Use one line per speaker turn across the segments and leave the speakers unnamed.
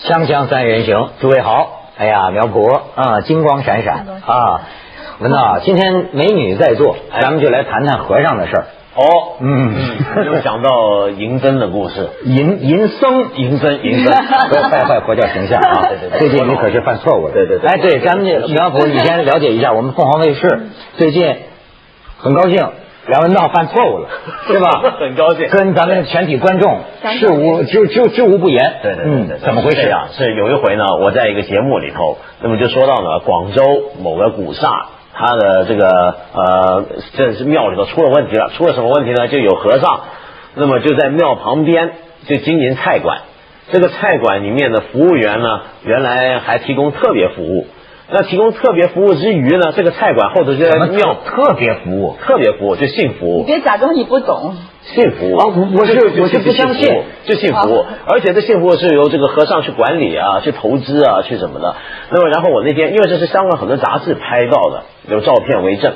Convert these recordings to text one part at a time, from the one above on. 锵锵三人行，诸位好！哎呀，苗博啊，金光闪闪啊！文道，今天美女在座，
哎
咱们就来谈谈和尚的事儿。
哦，
嗯
嗯，又想到银针的故事，
银银僧，
银针，银 针，
不要败坏佛教形象啊！
对对对
最近你可是犯错误了。
对对对嗯
哎，对，咱们这苗博，你先了解一下，我们凤凰卫视最近很高兴。梁文道犯错 误了，是吧？
很高兴
跟咱们全体观众
咱们
知无知知知无不言。
对对对对，
嗯怎么回事
是这样？是有一回呢，我在一个节目里头，那么就说到呢，广州某个古刹，它的这个呃，这是庙里头出了问题了，出了什么问题呢？就有和尚，那么就在庙旁边就经营菜馆，这个菜馆里面的服务员呢，原来还提供特别服务。那提供特别服务之余呢，这个菜馆后头就
什
在
么
庙
特别服务？
特别服务，就性服务
你。别假装你不懂，
幸福
啊我我是我是不相信
就幸福
啊，
而且这幸福是由这个和尚去管理啊，去投资啊，去什么的。那么然后我那天因为这是香港很多杂志拍到的，有照片为证，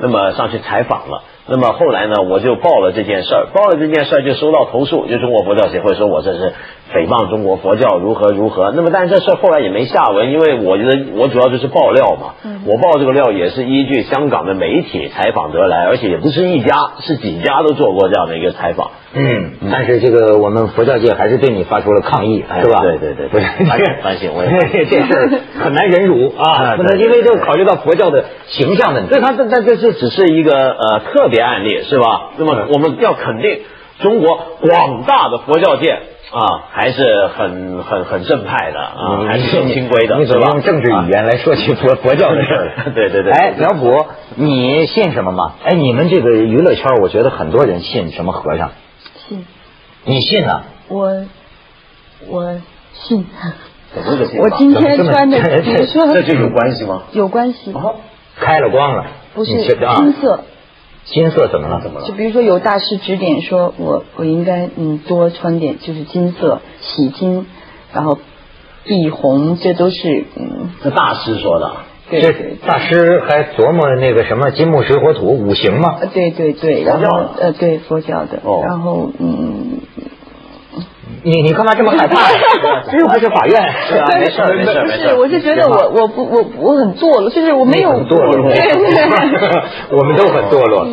那么上去采访了。那么后来呢，我就报了这件事儿，报了这件事儿就收到投诉，就中国佛教协会说我这是诽谤中国佛教如何如何。那么但是这事儿后来也没下文，因为我觉得我主要就是爆料嘛，我爆这个料也是依据香港的媒体采访得来，而且也不是一家，是几家都做过这样的一个采访。
嗯，但是这个我们佛教界还是对你发出了抗议，
哎
是吧？
对对对对
不是
反省反省 我也
这事儿很难忍辱啊，
啊
不能
对对
因为
对
这考虑到佛教的形象问题
对，。它这但这这只是一个呃特别案例是吧？那么我们要肯定中国广大的佛教界啊，还是很很很正派的啊，还是很清规的，
嗯你
是
总
吧？啊
用政治语言来说起佛佛教的事儿
对对对
哎，苗博，你信什么吗？哎，你们这个娱乐圈，我觉得很多人信什么和尚，
信
你信啊？
我，我信。
怎么个信法
我今天穿的，
怎么这么
你说
这就有哦关系吗？
有关系，
哦开了光了，
不是
你觉得啊
金色。
金色怎么了？
怎么了
就比如说有大师指点说，我我应该嗯多穿点就是金色、喜金，然后碧红，这都是嗯
这大师说的，
对
这
对
大师还琢磨那个什么金木水火土五行吗？
呃对对对，
佛教
然
的
后呃对佛教的，
哦
然后嗯
你你干嘛这么害 怕？这又不是法院，
是啊没事儿没事儿
不
没事
是，
儿
我是觉得我我不我我很堕落，就是我没有
很堕落
对对。对，嗯
我们都很堕落，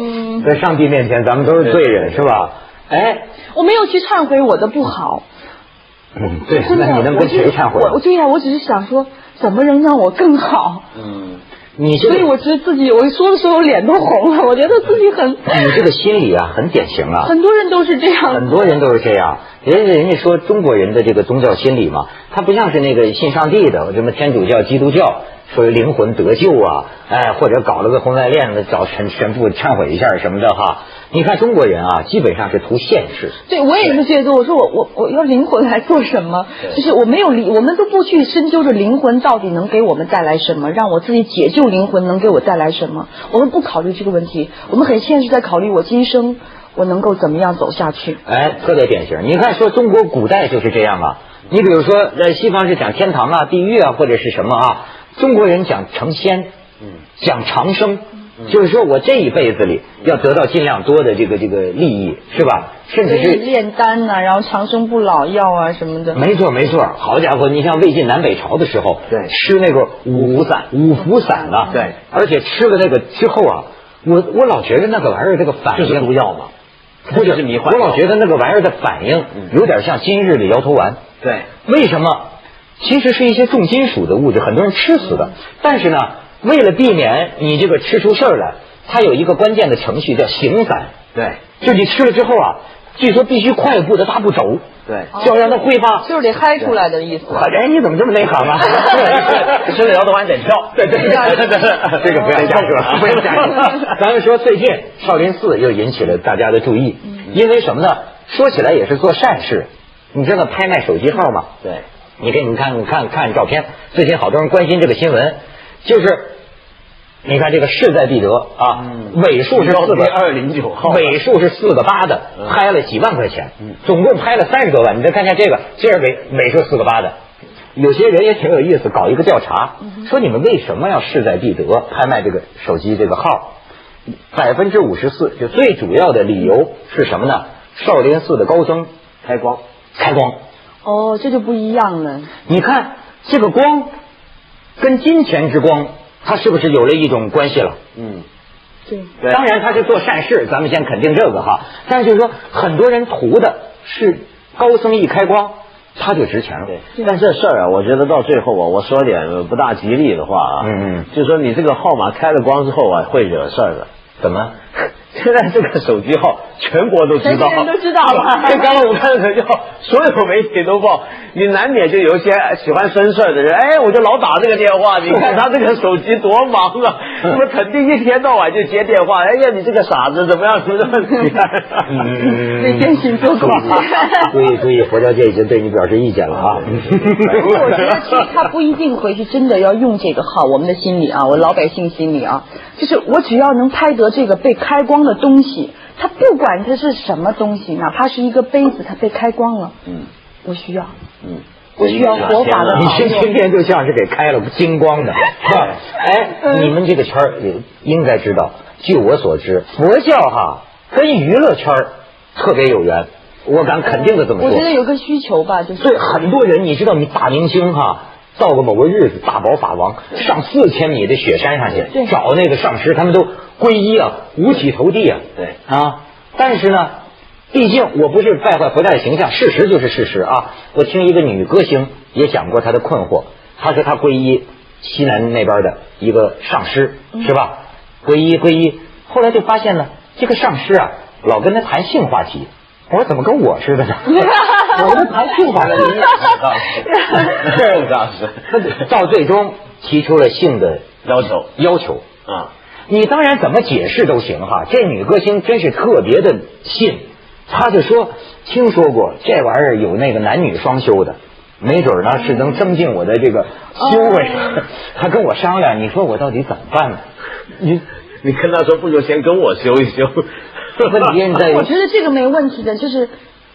在上帝面前咱们都是罪人，是吧？哎，
我没有去忏悔我的不好，
嗯，对，
真的，
那你能
我
跟
就是
谁忏悔
我？我对呀、我只是想说，怎么能让我 更好？
嗯，
你这
所以
个
我觉得自己，我说着说着我脸都红了，我觉得自己很，
你这个心理啊，很典型啊。
很多人都是这
嗯
样。
很多人都是这样，人家人家说中国人的这个宗教心理嘛，他不像是那个信上帝的，什么天主教、基督教，说灵魂得救啊，哎，或者搞了个婚外恋的，找神神父忏悔一下什么的哈。你看中国人啊，基本上是图现实，
对，我也是觉得，我说我我我要灵魂来做什么？就是我没有理，我们都不去深究这灵魂到底能给我们带来什么，让我自己解救灵魂能给我带来什么？我们不考虑这个问题，我们很现实在考虑我今生我能够怎么样走下去。
哎，特别典型。你看，说中国古代就是这样啊。你比如说，在西方是讲天堂啊、地狱啊，或者是什么啊，中国人讲成仙，
嗯，
讲长生，就是说我这一辈子里要得到尽量多的这个这个利益，是吧？甚
所
至
以
是
炼丹呐、然后长生不老药啊什 么的。
没错没错，好家伙，你像魏晋南北朝的时候，
对
吃那个五福散，五福散呢，
对，
而且吃了那个之后啊，我我老觉得那个玩意儿这个反应
就是毒药嘛，
不
就是迷幻
我
药嗯
老觉得那个玩意儿的反应有点像今日的摇头丸，
对，
为什么？其实是一些重金属的物质，很多人吃死的。但是呢，为了避免你这个吃出事儿来，它有一个关键的程序叫醒散，
对，
就你吃了之后啊，据说必须快步的大步走，
对
就要让它挥发。
就是得嗨出来的意思。
哎，你怎么这么内行啊？
吃了摇头丸得跳，
对对对对对，这个不要瞎说，不要瞎说。咱们说最近少林寺又引起了大家的注意，因为什么呢？说起来也是做善事，你知道拍卖手机号吗？
对，
你给你看你看看照片，最近好多人关心这个新闻，就是你看这个势在必得啊，
嗯
尾数是四个
209号
尾数是四个八的，拍了几万块钱，总共拍了三十多万。你再看看这个，这是尾尾数四个八的。有些人也挺有意思，搞一个调查，说你们为什么要势在必得拍卖这个手机这个号？百分之五十四，就最主要的理由是什么呢？少林寺的高僧
开光，
开光。
哦，这就不一样了。
你看这个光跟金钱之光，它是不是有了一种关系了？
嗯，
对，
对
当然他是做善事，咱们先肯定这个哈。但是就是说，很多人图的是高僧一开光，他就值钱了。
对
但这事儿啊，我觉得到最后啊，我说点不大吉利的话啊，
嗯嗯
就说你这个号码开了光之后啊，会惹事儿的。
怎么？
现在这个手机号全国都知道，
全国人都知道了
这刚刚我看的手机号，所有媒体都报，你难免就有一些喜欢生事儿的人，哎，我就老打这个电话， 你看他这个手机多忙啊，那么肯定一天到晚就接电话，哎呀，你这个傻子怎么样，怎 么怎么样？
对
嗯
变形做广告
注意注意，佛教界已经对你表示意见了啊！
不过我觉得其实他不一定回去真的要用这个号，我们的心理啊，我老百姓心理啊，就是我只要能拍得这个被开光的东西，它不管它是什么东西，哪怕是一个杯子，它被开光了，
嗯
我需要，
嗯，
我需要佛法的
你
保
这
佑
天。天就像是给开了金光的，哎，
嗯
你们这个圈儿也应该知道。据我所知，佛教哈跟娱乐圈儿特别有缘，我敢肯定的这么说。
我觉得有个需求吧，就是
所以很多人，你知道，你大明星哈，到个某个日子大宝法王上四千米的雪山上去
对
找那个上师，他们都皈依啊，五体投地啊，
对
啊。但是呢，毕竟我不是败坏佛教的形象，事实就是事实啊。我听一个女歌星也讲过她的困惑，她说她皈依西南那边的一个上师，
嗯
是吧？皈依皈依，后来就发现呢，这个上师啊，老跟他谈性话题。我说怎么跟我似的呢？我们谈性话题，
这倒是
到最终提出了性的
要求
要求。
啊，
你当然怎么解释都行哈，这女歌星真是特别的信，她就说听说过这玩意儿有那个男女双修的，没准儿呢是能增进我的这个修为。她跟我商量，你说我到底怎么办呢？
你你跟他说不如先跟我修一修，
问题在于
我觉得这个没问题的，就是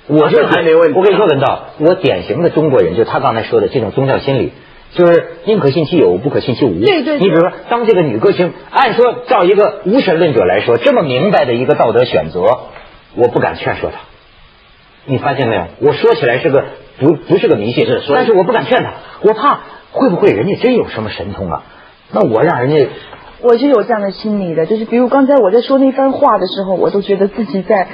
我就
这还没问题
我跟你说，文道，我典型的中国人，就他刚才说的这种宗教心理，就是宁可信其有，不可信其无。
对对对
你比如说，当这个女歌星，按说照一个无神论者来说，这么明白的一个道德选择，我不敢劝说她。你发现没有？我说起来是个不不是个迷信，
是说
但是我不敢劝她，我怕会不会人家真有什么神通啊？那我让人家
我是有这样的心理的，就是比如刚才我在说那番话的时候，我都觉得自 己在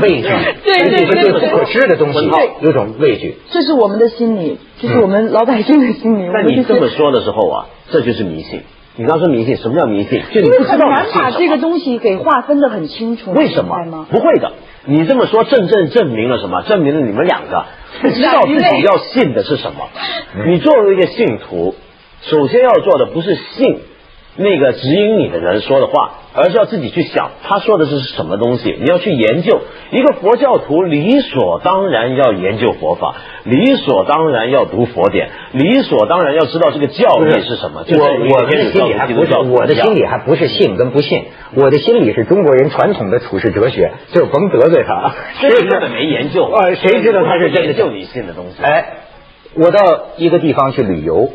畏惧，
对对对
对
对
不可知的东西
对
有种畏惧。
这是我们的心理，就是我们老百姓的心理。我
但
们
你
就是
这么说的时候啊，这就是迷信。你刚说迷信，什么叫迷信？就你
因
不
为
知
很
道你
难
信
把
什么
这个东西给划分的很清楚，
为什
你明白
么
吗？
不会的。你这么说，正正证明了什么？证明了你们两个不知道自己要信的是什么。你作为一个信徒，首先要做的不是信那个指引你的人说的话，而是要自己去想他说的是什么东西，你要去研究。一个佛教徒理所当然要研究佛法，理所当然要读佛典，理所当然要知道这个教义是什么。就
我
是
我
天
的
主
心
教
里
徒
还
基
不
督
是
教徒
我的
一样
心里还不是信跟不信，我的心里是中国人传统的处世哲学，就是甭得罪 他，
这个根本没研究
呃，谁知道他是真的
研究你信的东西
哎，我到一个地方去旅游，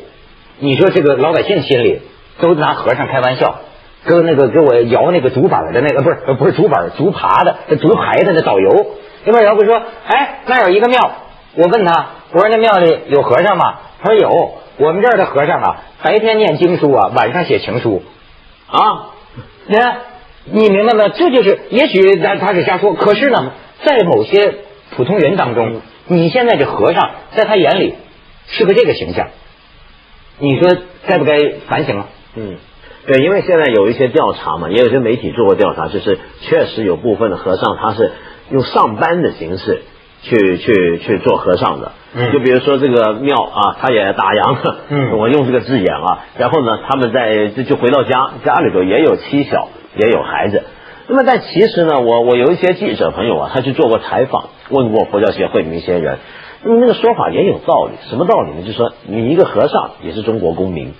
你说这个老百姓心里都拿和尚开玩笑。跟那个给我摇那个竹板的那个不是呃不是竹板竹耙的那竹排的那导游，那边摇会说，哎，那儿有一个庙，我问他，我说那庙里有和尚吗？他说有，我们这儿的和尚啊，白天念经书啊，晚上写情书。
啊。
你看，你明白吗？这就是，也许他他是瞎说，可是呢，在某些普通人当中，你现在这和尚，在他眼里是个这个形象，你说该不该反省啊？
嗯，对，因为现在有一些调查嘛，也有些媒体做过调查，就是确实有部分的和尚他是用上班的形式去去去做和尚的。
嗯
就比如说这个庙啊，他也打烊了，
嗯
我用这个字眼啊，然后呢，他们在就就回到家，家里头也有妻小，也有孩子。那么，但其实呢，我我有一些记者朋友啊，他去做过采访，问过佛教协会的一些人，那么那个说法也有道理。什么道理呢？就是说，你一个和尚也是中国公民，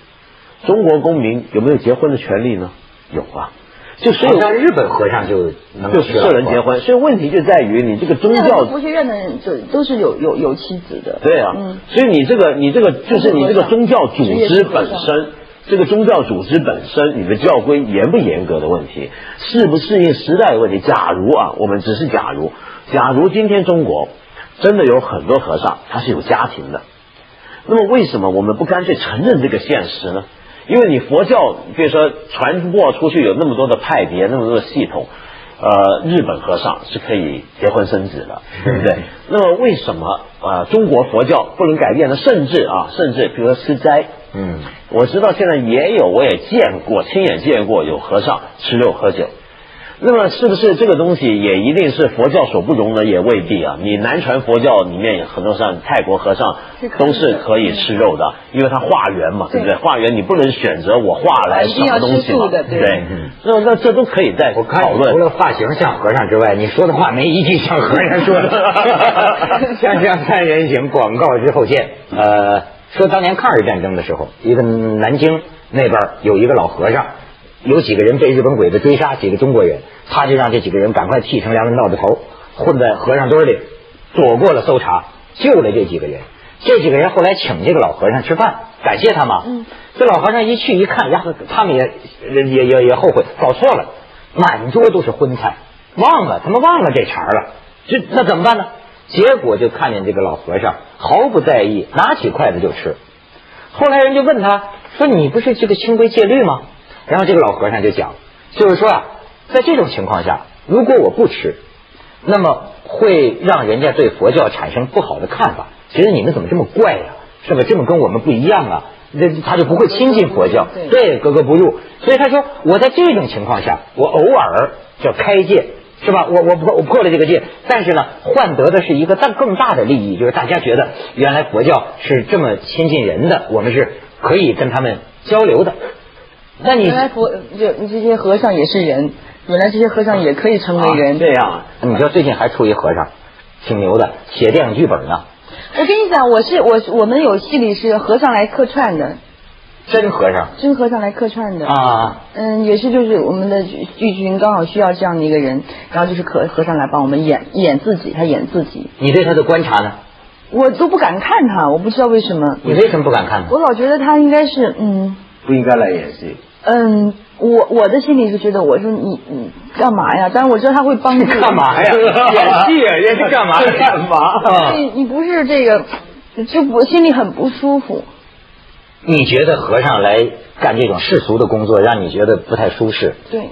中国公民有没有结婚的权利呢？有啊，就所
好
有
像日本和尚就啊能
就所有人结，婚，所以问题就在于你这个宗
现在
教
的佛学院的人就都是有有有妻子的，
对啊，
嗯，
所以你这个你这个就是你这个宗教组织本
职业
身，这个宗教组织本身你的教规严不严格的问题，适不适应时代的问题。假如啊，我们只是假如，假如今天中国真的有很多和尚他是有家庭的。那么为什么我们不干脆承认这个现实呢？因为你佛教，比如说传播出去有那么多的派别，那么多的系统，呃，日本和尚是可以结婚生子的，对不对？那么为什么呃中国佛教不能改变呢？甚至啊，甚至比如说吃斋，
嗯，
我知道现在也有，我也见过，亲眼见过有和尚吃肉喝酒。那么是不是这个东西也一定是佛教所不容呢？也未必啊。你南传佛教里面有很多像泰国和尚
是可以的
都是可以吃肉的，因为它化缘嘛，对不对？
对
化缘你不能选择我化来什么东西
一定要吃素
嘛，
的对
对
嗯。
那那这都可以再
我看
讨
你除
论。
了发型像和尚之外，你说的话没一句像和 尚说的。像这样三人行，广告之后见。呃，说当年抗日战争的时候，一个南京那边有一个老和尚，有几个人被日本鬼子追杀，几个中国人，他就让这几个人赶快剃成梁文道的头，混在和尚堆里，躲过了搜查，救了这几个人。这几个人后来请这个老和尚吃饭，感谢他嘛。
嗯
这老和尚一去一看，然后他们也也也也后悔，搞错了，满桌都是荤菜，忘了他们忘了这茬儿了，这那怎么办呢？结果就看见这个老和尚毫不在意，拿起筷子就吃。后来人就问他说：“你不是这个清规戒律吗？”然后这个老和尚就讲，就是说啊，在这种情况下，如果我不吃，那么会让人家对佛教产生不好的看法，觉得你们怎么这么怪呀、是吧？这么跟我们不一样啊，那他就不会亲近佛教，
对
对，格格不入。所以他说，我在这种情况下，我偶尔叫开戒。是吧？我我破我破了这个戒，但是呢，换得的是一个但更大的利益，就是大家觉得原来佛教是这么亲近人的，我们是可以跟他们交流的。那你啊
原来佛这这些和尚也是人，原来这些和尚也可以成为人。
这样啊，
你知道最近还出一和尚，挺牛的，写电影剧本呢，
我跟你讲，我是我我们有戏里是和尚来客串的，
真和尚
真和尚来客串的。
啊。
嗯，也是就是我们的剧剧群刚好需要这样的一个人，然后就是和和尚来帮我们演演自己，他演自己，
你对他的观察呢？
我都不敢看他，我不知道为什么，
你为什么不敢看呢？
我老觉得他应该是嗯
不应该来演戏。
嗯，我我的心里是觉得我说你你干嘛呀？当然我知道他会帮助
干嘛呀？ 演戏啊，人家 干嘛
干嘛
啊
你你不是这个，就我心里很不舒服。
你觉得和尚来干这种世俗的工作，让你觉得不太舒适？
对，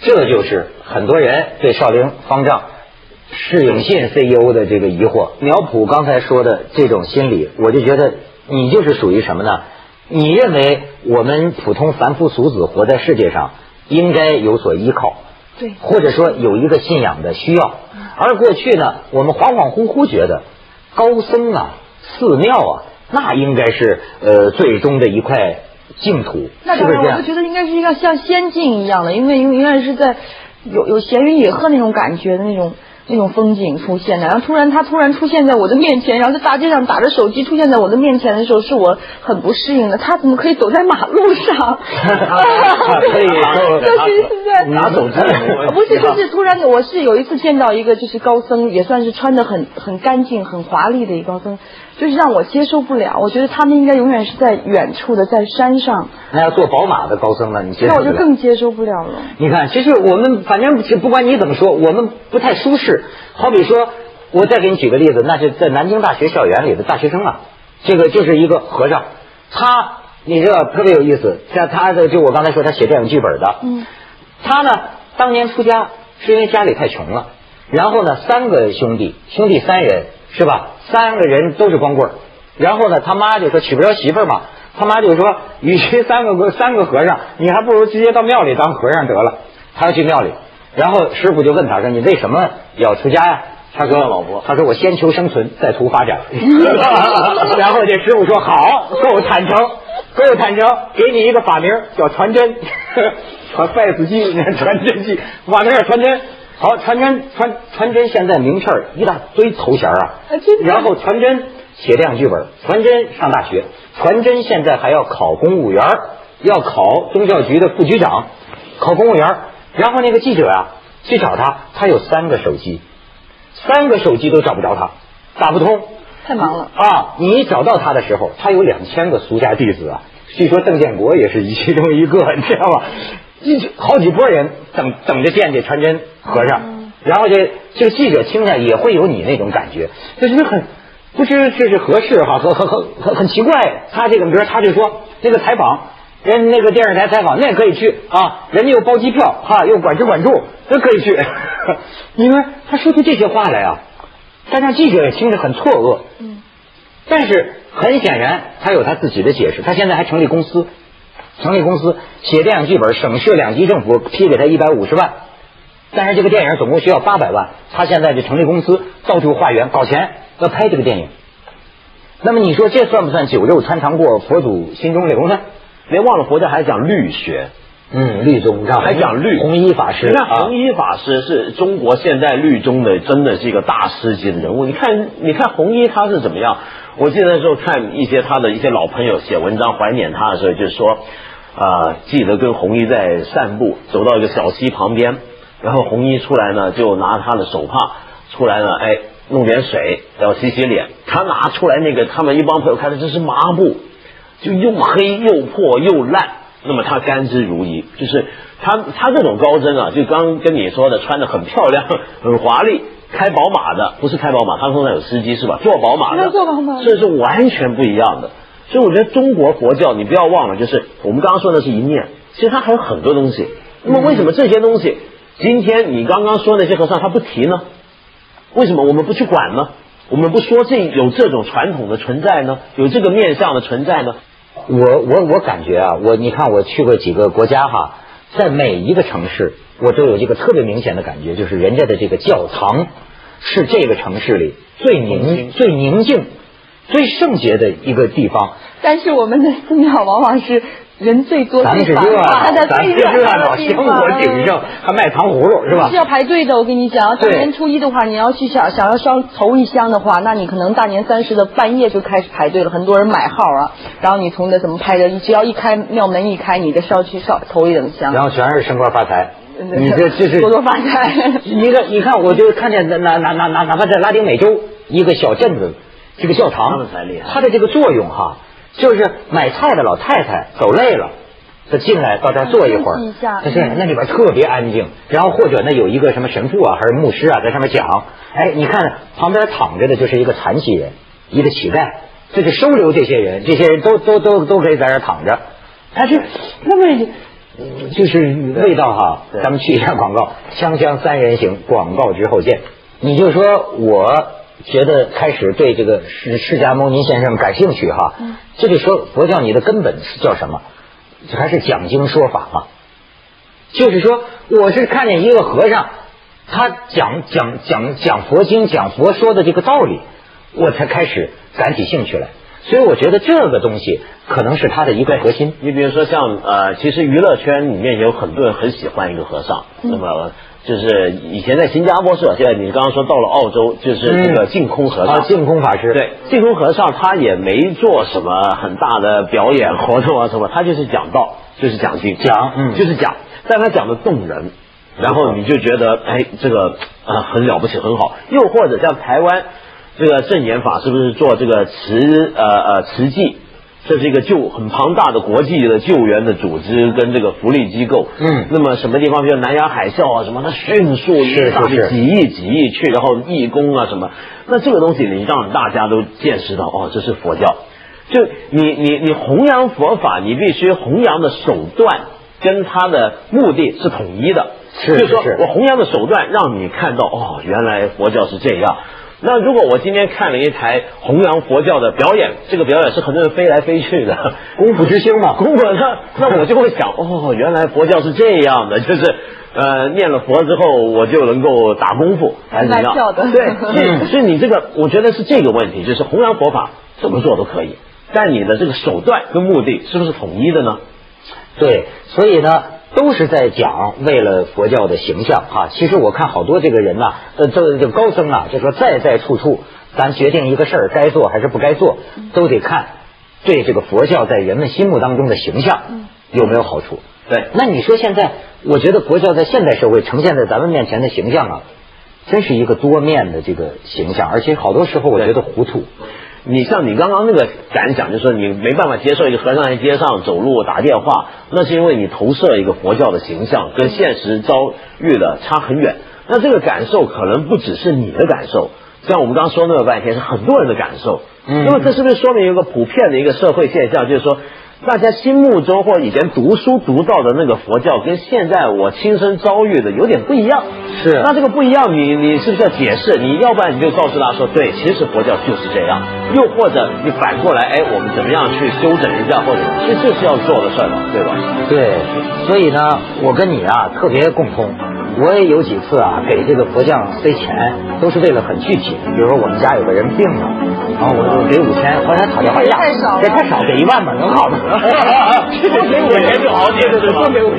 这就是很多人对少林方丈释永信 CEO 的这个疑惑。苗圃刚才说的这种心理，我就觉得你就是属于什么呢？你认为我们普通凡夫俗子活在世界上，应该有所依靠，
对
或者说有一个信仰的需要。而过去呢，我们恍恍惚惚觉得高僧啊、寺庙啊，那应该是呃最终的一块净土，
那
是
当
不是这
然，我
样
就？觉得应该是一个像仙境一样的，因为永远是在有有闲云野鹤那种感觉的那种那种风景出现的。然后突然他突然出现在我的面前，然后在大街上打着手机出现在我的面前的时候，是我很不适应的。他怎么可以走在马路 上？
可以
就是对
拿手机也没问题啊
不是，就是突然我是有一次见到一个就是高僧，也算是穿的很很干净、很华丽的一个高僧，就是让我接受不了。我觉得他们应该永远是在远处的，在山上。
那要做宝马的高僧呢？你接
那
受
我就
不了。
更接受不了了。
你看，其实我们反正不管你怎么说，我们不太舒适。好比说，我再给你举个例子，那是在南京大学校园里的大学生啊，这个就是一个和尚，他你知道特别有意思，像他的就我刚才说他写电影剧本的，
嗯，
他呢当年出家是因为家里太穷了，然后呢三个兄弟兄弟三人是吧，三个人都是光棍儿，然后呢他妈就说娶不着媳妇儿嘛。他妈就说：“与其三个三个和尚，你还不如直接到庙里当和尚得了。”他要去庙里，然后师傅就问他说：“你为什么要出家呀？”他说：“老婆，他说我先求生存，再图发展。” 然后这师傅说：“好，够坦诚，够坦诚，给你一个法名叫传真，传拜子记，传真记，法名叫传真。”好，传真传传真现在名片儿一大堆头衔儿啊
啊真，的
然后传真写电影剧本，传真上大学，传真现在还要考公务员儿，要考宗教局的副局长，考公务员儿。然后那个记者啊去找他，他有三个手机，三个手机都找不着他，打不通。
太忙了。
啊！你找到他的时候，他有两千个俗家弟子啊，据说邓建国也是其 中一个，你知道吗？一好几拨人等等着见这传真和尚。然后这这个记者听着也会有你那种感觉，这是不是很不知这是合适哈、很很很很很奇怪。他这个比如他就说那个采访。人那个电视台采访，那也可以去啊，人家又包机票哈、又管吃管住，那可以去。你说他说出这些话来啊，但让记者也听着很错愕。
嗯，
但是很显然，他有他自己的解释。他现在还成立公司，成立公司写电影剧本，省市两级政府批给他一百五十万，但是这个电影总共需要八百万，他现在就成立公司，到处化缘搞钱，要拍这个电影。那么你说这算不算酒肉穿肠过，佛祖心中留呢？
别忘了佛教还讲律学，
嗯，律宗，你看
还讲律
红衣法师，
你看
啊
弘一法师是中国现代律中的真的是一个大师级的人物。你看，你看弘一他是怎么样？我记得那时候看一些他的一些老朋友写文章怀念他的时候，就说啊、记得跟弘一在散步，走到一个小溪旁边，然后弘一出来呢，就拿他的手帕出来呢，哎，弄点水，然后洗洗脸。他拿出来那个，他们一帮朋友看的这是抹布，就又黑又破又烂，那么他甘之如饴。就是他他这种高僧啊，就刚跟你说的，穿的很漂亮、 很华丽，开宝马的，不是开宝马，他们通常有司机是吧？坐宝马的，
那坐宝马的
这是完全不一样的。所以我觉得中国佛教，你不要忘了，就是我们刚刚说的是一面，其实它还有很多东西。那么为什么这些东西，今天你刚刚说那些和尚他不提呢？为什么我们不去管呢？我们不说这有这种传统的存在呢？有这个面相的存在呢？
我我我感觉啊，我你看我去过几个国家哈，在每一个城市，我都有这个特别明显的感觉，就是人家的这个教堂是这个城市里最宁最宁静、最圣洁的一个地方。
但是我们的寺庙往往是人最多、
咱们是
最繁
热
华
闹，
的、
咱
最
们是热
闹
闹，
的地
香
方。
火鼎盛，还卖糖葫芦是吧
是？要排队的，我跟你讲，大
对
年初一的话，你要去想想要烧头一香的话，那你可能大年三十的半夜就开始排队了，很多人买号啊。然后你从那怎么排的，你只要一开庙门一开，你就烧去烧头一等香
然。后全是升官发财，
真的
你这这是
多多发财
你看，你看，我就看见哪哪哪哪哪哪怕在拉丁美洲一个小镇子，这个教堂，
他们才厉害
它的这个作用哈，就是买菜的老太太走累了，她进来到这儿坐一会儿
啊休息一下，
她是那里边特别安静。然后或者呢，有一个什么神父啊，还是牧师啊，在上面讲，哎，你看旁边躺着的就是一个残疾人，一个乞丐，这就收留这些人，这些人都都都都可以在这儿躺着。他是那么。嗯就是味道哈，
对
咱们去一下广告，《锵锵三人行》广告之后见。你就说，我觉得开始对这个释释迦牟尼先生感兴趣哈，这就说佛教你的根本是叫什么？还是讲经说法嘛？就是说，我是看见一个和尚，他讲讲讲讲佛经、讲佛说的这个道理，我才开始感起兴趣来。所以我觉得这个东西可能是他的一个核心。
你比如说像呃，其实娱乐圈里面有很多人很喜欢一个和尚，
嗯
那么就是以前在新加坡是吧？现在你刚刚说到了澳洲，就是这个净空和
啊，
尚。
净空法师
对，净空和尚他也没做什么很大的表演活动啊什么，他就是讲道，就是讲经，
讲嗯
就是讲，但他讲的动人，然后你就觉得哎，这个呃很了不起，很好。又或者像台湾这个正言法，是不是做这个慈呃呃慈济？这是一个救很庞大的国际的救援的组织跟这个福利机构，
嗯
那么什么地方，比如南洋海啸啊什么，它迅速
是
一大
是是
批几亿几亿去，然后义工啊什么，那这个东西你让大家都见识到哦，这是佛教。就你你你弘扬佛法，你必须弘扬的手段跟他的目的是统一的。
是
就是说
是是
我弘扬的手段让你看到哦，原来佛教是这样。那如果我今天看了一台弘扬佛教的表演，这个表演是很多人飞来飞去的，
功夫之星嘛，
如果那那我就会想，哦，原来佛教是这样的，就是呃，念了佛之后，我就能够打功夫，还是怎么
卖票
样？
的
对，所以所以你这个，我觉得是这个问题，就是弘扬佛法怎么做都可以，但你的这个手段跟目的是不是统一的呢？
对，所以呢，都是在讲为了佛教的形象哈、其实我看好多这个人呐、呃，这这高僧啊，就说在在处处，咱决定一个事儿该做还是不该做，都得看对这个佛教在人们心目当中的形象有没有好处。
对
那你说现在，我觉得佛教在现代社会呈现在咱们面前的形象啊，真是一个多面的这个形象，而且好多时候我觉得糊涂。
你像你刚刚那个感想，就是说你没办法接受一个和尚在街上走路打电话，那是因为你投射一个佛教的形象，跟现实遭遇的差很远。那这个感受可能不只是你的感受，像我们刚刚说那么半天，是很多人的感受。
嗯
那么这是不是说明一个普遍的一个社会现象，就是说？大家心目中或以前读书读到的那个佛教，跟现在我亲身遭遇的有点不一样。
是
那这个不一样，你你是不是要解释？你要不然你就告诉他说，对，其实佛教就是这样。又或者你反过来，哎，我们怎么样去修整一下，或者这这是要做的事儿嘛，对吧？
对，所以呢，我跟你啊特别共通。我也有几次啊，给这个佛像塞钱，都是为了很具体。比如说我们家有个人病了，然后我就给五千，后来讨价还价，
太少 了
这太少，给一万吧，能好吗？
多给五千就好点
对对对，多给五千